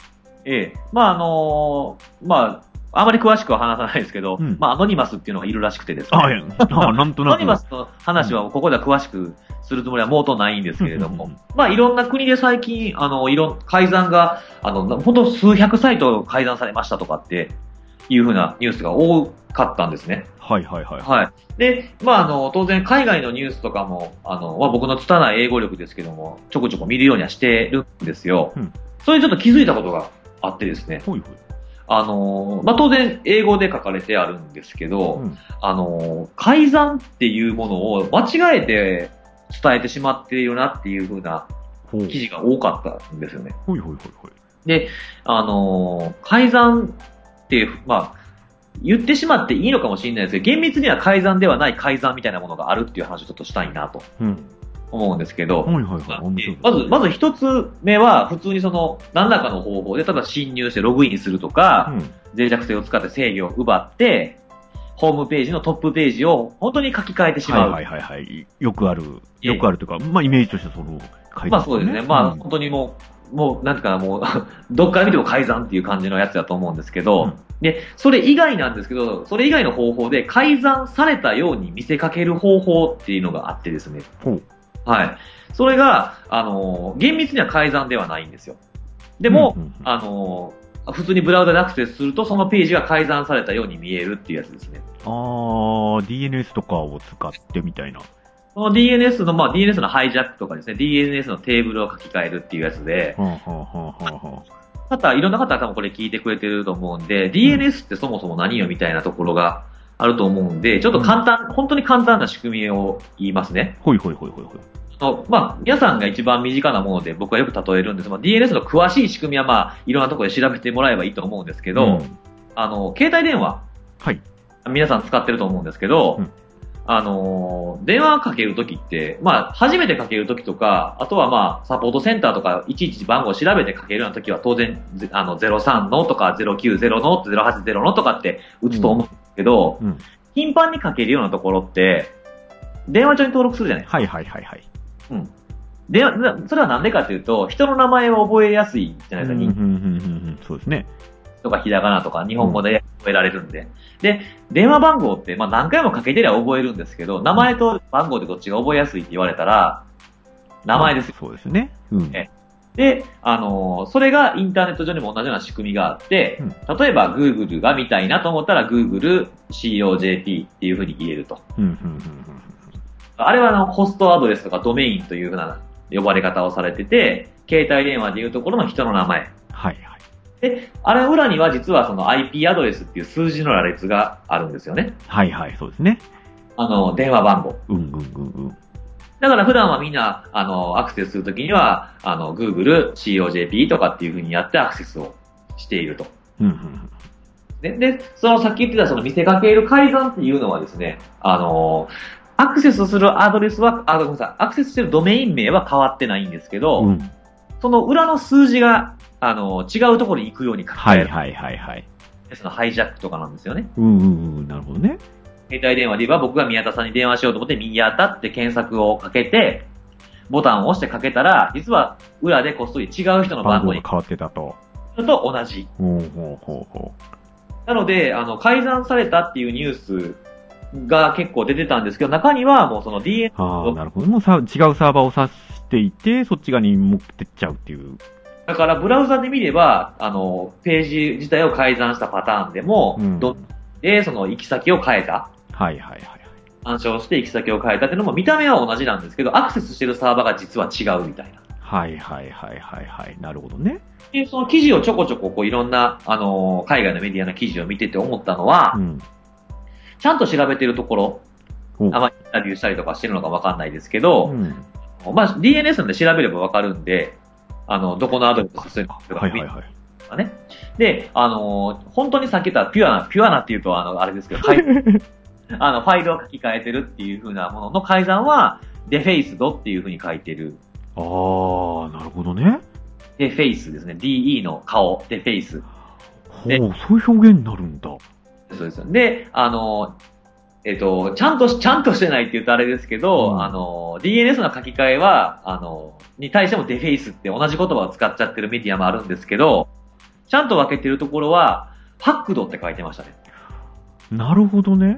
ええまあ、あのまあ、あまり詳しくは話さないですけど、
うん
まあ、アノニマスっていうのがいるらしくてですね。
あいや あなんと
ア
な
ノ
く。
ニマスの話はここでは詳しくするつもりは毛頭ないんですけれども、
うんうん
まあいろんな国で最近、あの、いろん、改ざんが、あの、本当数百サイト改ざんされましたとかっていうふうなニュースが多かったんですね。
はいはいはい。
はい。で、まああの、当然海外のニュースとかも、あの、は僕の拙い英語力ですけども、ちょこちょこ見るようにはしてるんですよ。
うん
それでちょっと気づいたことがあってですね、
ほいほい。
あの、まあ当然英語で書かれてあるんですけど、
うん
あの、改ざんっていうものを間違えて伝えてしまっているなっていう風な
ほう
記事が多かったんですよね。
ほいほいほいほい。
あの、改ざんって、まあ、言ってしまっていいのかもしれないですけど、厳密には改ざんではない改ざんみたいなものがあるっていう話をちょっとしたいなと
うん。
思うんですけど、
ほいほいほい。面白い
まず、まず一つ目は、普通にその、何らかの方法で、例えば侵入してログインするとか、
うん。
脆弱性を使って制御を奪って、ホームページのトップページを本当に書き換えてしまう。
はいはいはいはい。よくある。
ええ
よくあるというか、まあイメージとしてはその、書いて
まあそうですね。まあ
うん
本当にもう、もう、なんていうかな、もう、 どっから見ても改ざんっていう感じのやつだと思うんですけど、
うん
で、それ以外なんですけど、それ以外の方法で改ざんされたように見せかける方法っていうのがあってですね。
ほう。
はい。それが、あのー厳密には改ざんではないんですよ。でも、
うんうんうん
あのー普通にブラウザでアクセスすると、そのページが改ざんされたように見えるっていうやつですね。
ああ、DNS とかを使ってみたいな。
この DNS の、まあ DNS のハイジャックとかですね、DNS のテーブルを書き換えるっていうやつで、
はあ、はあはあはあは
方、いろんな方は多分これ聞いてくれてると思うんで、DNS ってそもそも何よみたいなところがあると思うんで、ちょっと簡単、本当に簡単な仕組みを言いますね。
ほいほいほいほいほい。
あのまあ、皆さんが一番身近なもので僕はよく例えるんですが、まあ DNS の詳しい仕組みはまあ、いろんなところで調べてもらえばいいと思うんですけど、
うん
あの、携帯電話。
はい
皆さん使ってると思うんですけど、
うん
あのー、電話かけるときって、まあ、初めてかけるときとか、あとはまあ、サポートセンターとか、いちいち番号を調べてかけるようなときは、当然、ぜあの、03のとか、090の、080のとかって打つと思うんですけど、
うんうん
頻繁にかけるようなところって、電話帳に登録するじゃない
はいはいはいはい。
電話なそれはなんでかというと、人の名前を覚えやすいじゃないです
う
か、
んうんうんうんうんそうですね。
とかひらがなとか日本語で覚えられるんで。で、電話番号って、まあ、何回もかけてりゃ覚えるんですけど、名前と番号でどっちが覚えやすいって言われたら、名前ですよ。
そうですね。うん。
えで、あのーそれがインターネット上にも同じような仕組みがあって、例えば Google が見たいなと思ったら Google COJP っていう風に入れると。
うんうんうんうん
あれはあのホストアドレスとかドメインという風な呼ばれ方をされてて、携帯電話でいうところの人の名前。
はいはい。
あれの裏には実はその IP アドレスっていう数字の羅列があるんですよね。
はいはい、そうですね。
あの、電話番号。
うんうんうんうん。
だから普段はみんな、あの、アクセスするときには、あの、Google、COJP とかっていう風にやってアクセスをしていると。
うんうん
で、でそのさっき言ってたその見せかける改ざんっていうのはですね、あの、アクセスするアドレスは、あ、ごめんなさい、アクセスしてるドメイン名は変わってないんですけど、
うん。うん。
その裏の数字が、あの、違うところに行くように書き
は
換え
い
る。
はいはいはい。
そのハイジャックとかなんですよね。
うんうんうん。なるほどね。
携帯電話で言えば僕が宮田さんに電話しようと思って宮田って検索をかけて、ボタンを押してかけたら、実は裏でこっそり違う人の
番
番
号
号
が
に
変わってたと。
すると同じ。
ほうほうほうほ
なので、あの、改ざんされたっていうニュースが結構出てたんですけど、中にはもうその DN、
う。ああ、なるほど。もうさ違うサーバーを指していて、そっち側に持ってっちゃうっていう。
だからブラウザで見れば、あの、ページ自体を改ざんしたパターンでも、
うん。
どで、その行き先を変えた。
はいはいはい。
暗唱して行き先を変えたっていうのも見た目は同じなんですけど、アクセスしてるサーバーが実は違うみたいな。
はいはいはいはいはい。なるほどね。
で、その記事をちょこちょこ、こう、いろんな、あのー海外のメディアの記事を見てて思ったのは、
うん。
ちゃんと調べてるところ、
お
あまりインタビューしたりとかしてるのかわかんないですけ
う
ど、
ん。
まあ、DNS なんで調べればわかるんで、あの、どこのアドレスが必要と
は
か
いはいはい。
ね。で、あのー本当にさっき言ったピュアな、ピュアなっていうと、あの、あれですけど、かい あの、ファイルを書き換えてるっていう風なものの改ざんは、デフェイスドっていう風に書いてる。
ああ、なるほどね。
デフェイスですね。DE の顔、デフェイス。
ほ
え
う、そういう表現になるんだ。
そうですよ。で、あの、えっと、ちゃんとし、ちゃんとしてないって言うとあれですけど、
うん
あの、DNS の書き換えは、あの、に対してもデフェイスって同じ言葉を使っちゃってるメディアもあるんですけど、ちゃんと分けてるところは、ハックドって書いてましたね。
なるほどね。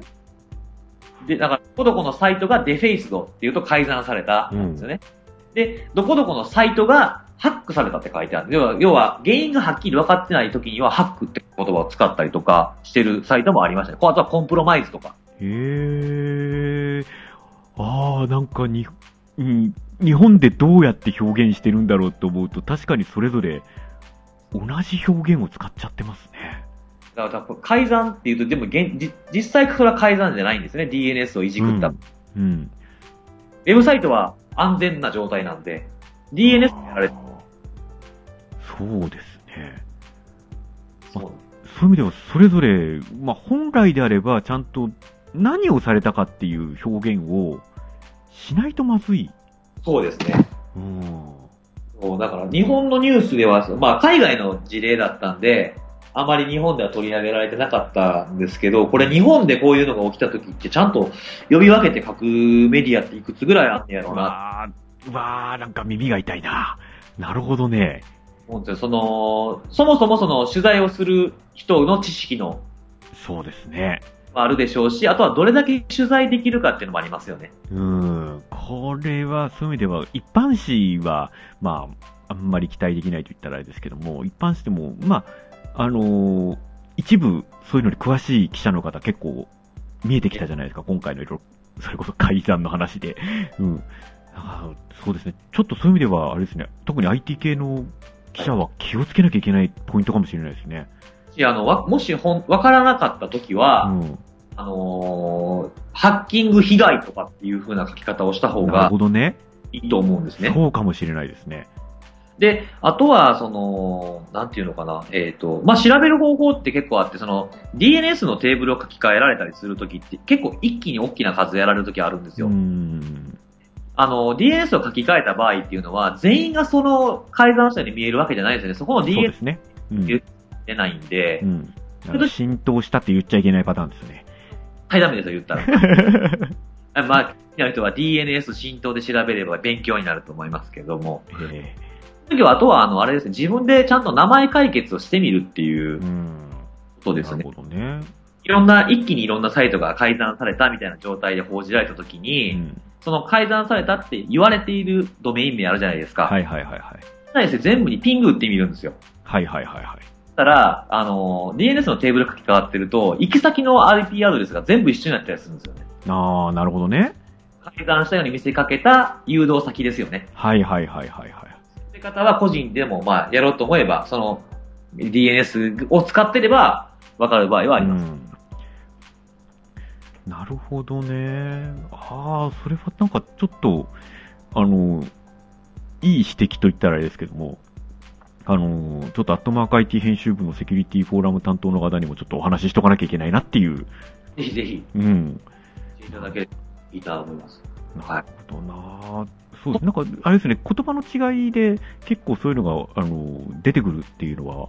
で、だから、どこどこのサイトがデフェイスドっていうと改ざんされたんですよね。で、どこどこのサイトがハックされたって書いてある。要は、要は原因がはっきり分かってない時には、ハックって言葉を使ったりとかしてるサイトもありましたね。こうあとはコンプロマイズとか。
へえ。ああ、なんかに、うん、日本でどうやって表現してるんだろうと思うと、確かにそれぞれ同じ表現を使っちゃってますね。
だからこれ改ざんっていうと、でも現じ実際それは改ざんじゃないんですね。DNS をいじくった。
う
ウ
んうん。
ェブサイトは安全な状態なんで、DNS ってあれ、
あーそうですね。
そう
そういう意味では、それぞれ、まあ、本来であれば、ちゃんと何をされたかっていう表現をしないとまずい。
そうですね。
うん。
そうだから日本のニュースでは、まあ海外の事例だったんで、あまり日本では取り上げられてなかったんですけど、これ日本でこういうのが起きた時ってちゃんと呼び分けて書くメディアっていくつぐらいあんねやろうな
わー、わー、なんか耳が痛いな。なるほどね。
と思うんですよ。その、そもそもその取材をする人の知識の
そうですね。
あるでしょうし、あとはどれだけ取材できるかっていうのもありますよね。
うん。これは、そういう意味では、一般紙は、まあ、あんまり期待できないと言ったらあれですけども、一般紙でも、まあ、あのー一部、そういうのに詳しい記者の方結構見えてきたじゃないですか、今回のいろいろ、それこそ改ざんの話で。うん。あーそうですね。ちょっとそういう意味では、あれですね、特に IT 系の記者は気をつけなきゃいけないポイントかもしれないですね。
しあの、わもしほん、わからなかった時は、
うん。
あのーハッキング被害とかっていう風な書き方をした方
なる
が
ほどね。
いいと思うんですね。
そうかもしれないですね。
で、あとは、その、なんていうのかな、えっ、と、まあ、調べる方法って結構あって、その、DNS のテーブルを書き換えられたりするときって、結構一気に大きな数やられるときあるんです
うー
よ。
ん。
あの、DNS を書き換えた場合っていうのは、全員がその改ざんしたように見えるわけじゃないですよね。そこの
そう
DNS
ですね。う
言
ん
っ。出ないんで、
うんあの浸透したって言っちゃいけないパターンですね。
はい、ダメですよ、言ったら。 あまあ、気になる人は DNS 浸透で調べれば勉強になると思いますけども。
え
その時は、あとは、あの、あれですね、自分でちゃんと名前解決をしてみるってい
え
う
う
こ
ん。
とですね
なる。ほどね。
いろんな、一気にいろんなサイトが改ざんされたみたいな状態で報じられたとき
う
に、
ん。
その改ざんされたって言われているドメイン名あるじゃないですか。
はいはいはいはい。
ないですね全部にピング打ってみるんですよ。
はいはいはいはい。
そしたら、あの、DNS のテーブル書き換わってると、行き先の IP アドレスが全部一緒になってたりするんですよね。
ああ、なるほどね。
改ざんしたように見せかけた誘導先ですよね。
はいはいはいはいはい。
そういう方は個人でも、まあ、やろうと思えば、その、DNS を使ってれば、わかる場合はあります。
うん、なるほどね。ああ、それはなんかちょっと、あの、いい指摘と言ったらあれですけども、あの、ちょっとアットマーク IT 編集部のセキュリティフォーラム担当の方にもちょっとお話ししとかなきゃいけないなっていう、
ぜひぜひ、
うん。
していただければいいと思います。
なるほどな。そうです。なんか、あれですね、言葉の違いで結構そういうのが、あの、出てくるっていうのは、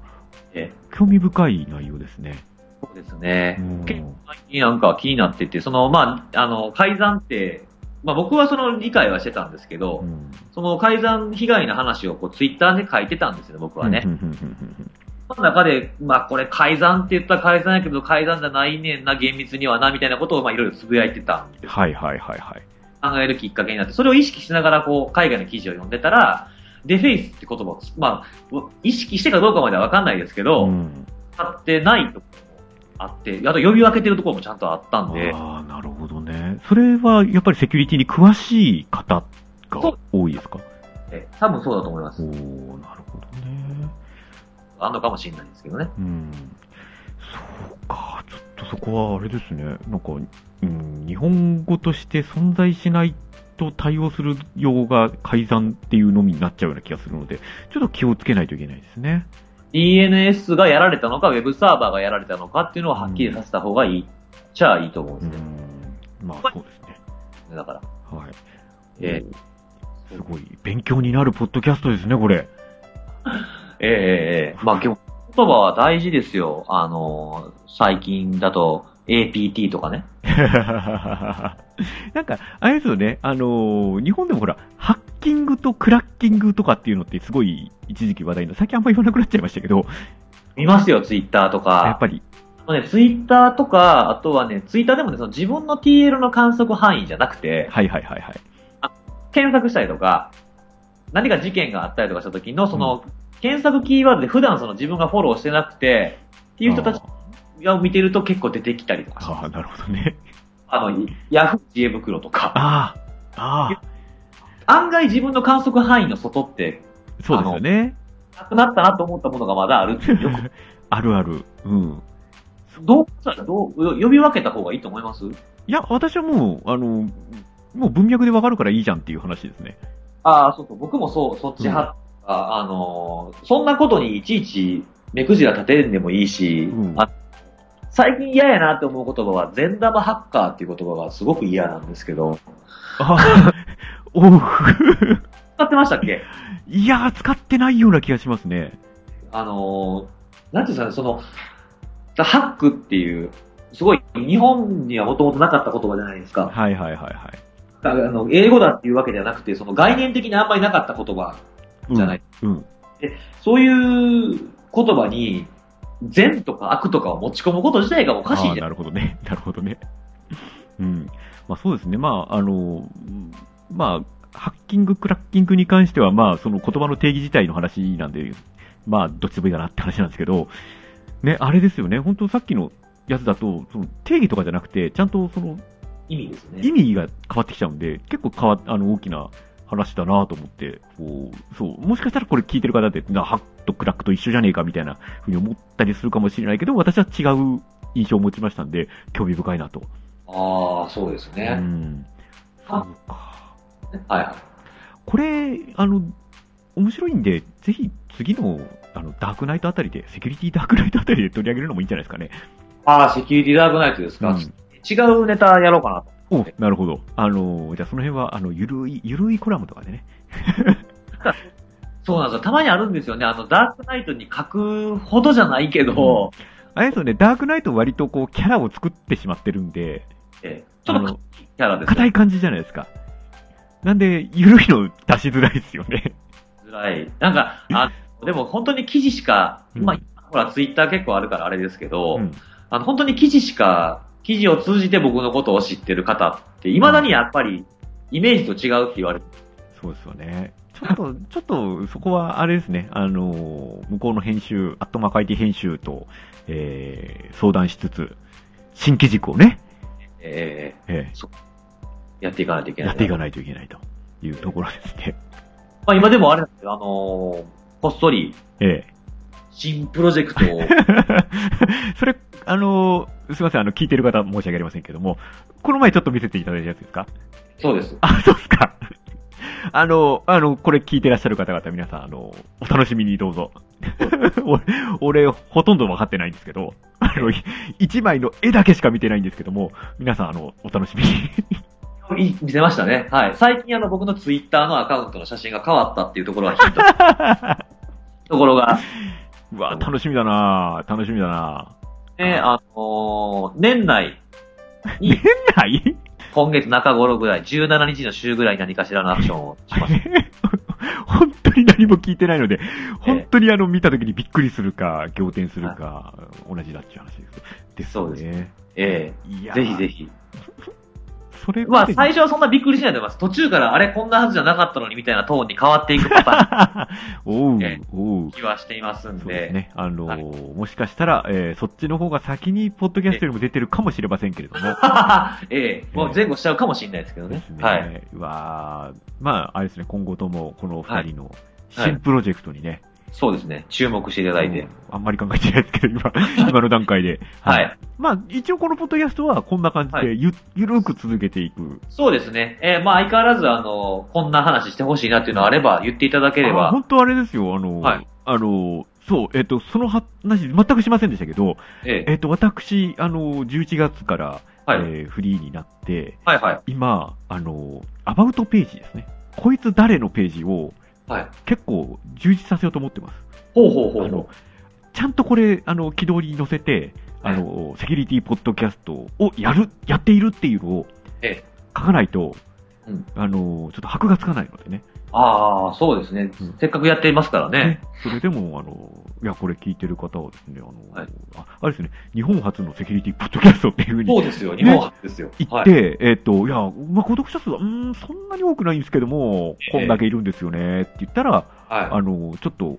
え
興味深い内容ですね。
そうですね
う。ん
結構最近なんか気になってて、その、まあ、あの、改ざんって、まあ、僕はその理解はしてたんですけど、
うん
その改ざん被害の話をこうツイッターで書いてたんですよ、僕はね。
うんうんうんうん
その中で、まあ、これ改ざんって言ったら改ざんやけど、改ざんじゃないねんな、厳密にはな、みたいなことを、まあ、いろいろつぶやいてたん
うん
です。
はいはいはいはい。
考えるきっかけになって、それを意識しながら、こう、海外の記事を読んでたら、デフェイスって言葉を、まあ、意識してかどうかまではわかんないですけど、
うん
使ってないところもあって、あと呼び分けてるところもちゃんとあったんで、
ああ、なるほどね。それはやっぱりセキュリティに詳しい方
そ
が
う
多いですか
え多分そうだと思いま
お
す
お。ーなるほどね。
あんのかもしれないですけどね。
うん。そうか、ちょっとそこはあれですね。なんか、うん、日本語として存在しないと対応する用が改ざんっていうのみになっちゃうような気がするので、ちょっと気をつけないといけないですね。
DNS がやられたのか、ウェブサーバーがやられたのかっていうのをはっきりさせた方がいい、じゃあいいと思うん
う
ですね。
ん。まあそうですね。
だから。
はい。
え
すごい勉強になるポッドキャストですね、これ。
えええええまあ、でも言葉は大事ですよ。あのー最近だと APT とかね。
なんか、あれですよね、あのー日本でもほら、ハッキングとクラッキングとかっていうのってすごい一時期話題の、最近あんま言わなくなっちゃいましたけど、
見ますよ、ツイッターと
やっ
か。
ぱり、
あのね、ツイッターとか、あとはね、ツイッターでもね、その自分の TL の観測範囲じゃなくて、
はいはいはいはい。
検索したりとか、何か事件があったりとかした時の、その、検索キーワードで普段その自分がフォローしてなくて、っていう人たちが見てると結構出てきたりとかし
あ
ます
ーあー、なるほどね。
あの、ヤフー知恵袋とか、
ああ、ああ、
案外自分の観測範囲の外って、
そうですよね。
なくなったなと思ったものがまだあるってよく、
あるある。うん。
どうしたらどう、呼び分けた方がいいと思います
いや、私はもう、あのーもう文脈でわかるからいいじゃんっていう話ですね。
ああ、そうそう、僕もそう、そっち派、ああのー、そんなことにいちいち目くじら立てんでもいいし、
うん
あ最近嫌やなって思う言葉は、善玉ハッカーっていう言葉がすごく嫌なんですけど、
ああ、 おう
使ってましたっけ
いやー、使ってないような気がしますね。
あのー、なんていうんですかね、その、ハックっていう、すごい日本にはもともとなかった言葉じゃないですか。
はいはいはいはい。
あの英語だっていうわけではなくて、その概念的にあんまりなかった言葉
うん
じゃない。。
うん。
そういう言葉に、善とか悪とかを持ち込むこと自体がおかしい
あー
じゃん。
なるほどね。 なるほどね。うん。まあそうですね。まあ、あの、まあ、ハッキング、クラッキングに関しては、まあ、その言葉の定義自体の話なんで、まあ、どっちでもいいかなって話なんですけど、ね、あれですよね。本当さっきのやつだと、その定義とかじゃなくて、ちゃんとその
意味ですね。
意味が変わってきちゃうんで、結構変わっ、あの、大きな話だなと思って、こう、そう、もしかしたらこれ聞いてる方で、なハッとクラックと一緒じゃねえかみたいなふうに思ったりするかもしれないけど、私は違う印象を持ちましたんで、興味深いなと。
ああ、そうです
う
ね。
ん。そうか。
はいはい。
これ、あの、面白いんで、ぜひ次の、あの、ダークナイトあたりで、セキュリティダークナイトあたりで取り上げるのもいいんじゃないですかね。
ああ、セキュリティダークナイトですか。
うん
違うネタやろうかなと。
お、なるほど。あの、じゃあその辺は、あの、ゆるい、ゆるいコラムとかでね。
そうなんですよ。たまにあるんですよね。あの、ダークナイトに書くほどじゃないけど、
あれですよね、ダークナイト割とこう、キャラを作ってしまってるんで、
えーち
あ
ょっと
の、
キャラです
硬
ね。
い感じじゃないですか。なんで、ゆるいの出しづらいですよね。
辛い。なんか、あのでも本当に記事しか、
うん
まあ、今ほら、ツイッター結構あるからあれですけど、
うん
あの、本当に記事しか、記事を通じて僕のことを知ってる方って、未だにやっぱり、イメージと違うって言われて、
そうですよね。ちょっと、 ちょっと、そこはあれですね、あの、向こうの編集、アットマカイティ編集と、えー、相談しつつ、新規軸をね、
え
え
ーやっていかないといけ
ー
な
や
い。
っていかないといけないというところですね。
まあ今でもあれなんですよ、あのーこっそり、
え
新プロジェクト を、
え それ、あの、すいません、あの、聞いてる方申し訳ありませんけども、この前ちょっと見せていただいたやつですか
そうです。
あ、そうですか。あの、あの、これ聞いてらっしゃる方々、皆さん、あの、お楽しみにどうぞ。 俺、俺ほとんど分かってないんですけど、あの、い一枚の絵だけしか見てないんですけども、皆さん、あの、お楽しみに。
い見せましたね。はい。最近あの僕のツイッターのアカウントの写真が変わったっていうところはヒント。 ところが、
うわ、 楽しみだな楽しみだな
ね、あのー年内、
ない
今月中頃ぐらい、17日の週ぐらいに何かしらのアクションを します。
本当に何も聞いてないので、本当にあの、見た時にびっくりするか、仰天するか、同じだっていう話です。ですよ
そうです
ね。
え
い
え
や
ぜひぜひ。
そ れ
ま
ま
あ、
で
最初はそんなびっくりしないと思います。途中から、あれ、こんなはずじゃなかったのにみたいなトーンに変わっていくパターン
おう
ええ、
おう。
気はしていますん
そうで
で。
すね。あのー
はい
もしかしたら、えーそっちの方が先にポッドキャストよりも出てるかもしれませんけれども。
ええもう前後しちゃうかもしれないですけど
で
ね
す。ね。
はい。
うわーまあ、あれですね、今後ともこの二人の
はい
新プロジェクトにね、
そうですね。注目していただいて。
うんあんまり考えてないですけど、 今、今の段階で。
はい。
まあ、一応このポッドキャストはこんな感じ
は
でゆ、ゆるく続けていく。
そうですね。ええまあ、相変わらず、あの、こんな話してほしいなっていうのがあれば、言っていただけれ
あ
ば。
本当あれですよ、あのー
はい
あのーそう、えっ、と、その話、全くしませんでしたけど、
ええ
えっ、と、私、あのー、11月から、
はい。
えーフリーになって、
はいはい。
今、あの、アバウトページですね。こいつ誰のページを
はい。
結構充実させようと思ってます。
ほうほうほ
あ
うほ
の、ちゃんとこれ、あの、軌道に乗せて、
は
あ
い
の、セキュリティポッドキャストをやる、やっているっていうのを
ええ
書かないと、
うん
あの、ちょっと箔がつかないのでね。
う。ああ、そうですね
うん。
せっかくやっていますからね。
ねそれでも、あの、いや、これ聞いてる方はですね、あの、
はい
ああれですね、日本初のセキュリティポッドキャストっていうふうに
そうですよ。日本初ですよ。
行って、
はい。
えっ、と、いや、まあ、孤独者数は、うーん、そんなに多くないんですけども、
ええ
こんだけいるんですよね、って言ったら、
は
あの、ちょっと、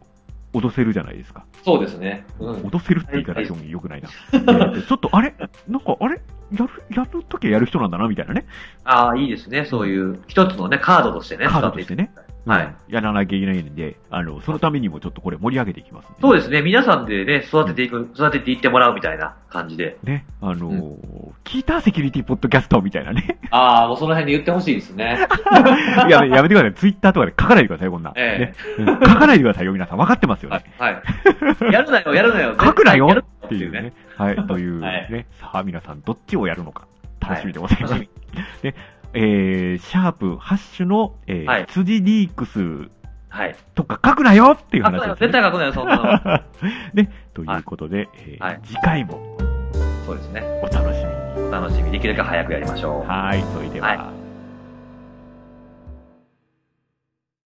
脅せるじゃないですか。
い。そうですね。うん。
脅せるって言い方、表現良くないな。えーちょっと、あれなんか、あれやる、やるときはやる人なんだな、みたいなね。
ああ、いいですね。そういう、一つのね、カードとしてね、
カー
使
ド
って
と
い
して。
く
ね。
はい
うん。やらなきゃいけないんで、あの、そのためにもちょっとこれ盛り上げていきますん
そう
で
ですね。皆さんでね、育てていく、育てていってもらうみたいな感じで。
す。ね。あのー
う
聞いたセキュリティポッドキャストみたいなね。
ああ、もうその辺で言ってほしいですね。
いや、やめてください。ツイッターとかで書かないでください、こんな。
え
ねうん書かないでくださいよ、皆さん。分かってますよね
は。い。 はい。やるなよ、やるなよ。
書くなよ
やる
っていうね。。 はい、というね。
はい
さあ、皆さん、どっちをやるのか、楽しみでございます。
はい
で、えー、シャープ、ハッシュの、えー
はい
辻リークス
はい。
とか書くなよっていう
書く
話
なよ、
です、
絶
ね。
対書くなよ、そんなの。
ね、ということで、えー
はい
次回も
そうですね。
お楽しみに。
お楽しみ。できるだけ早くやりましょう。
はい、それでは。
は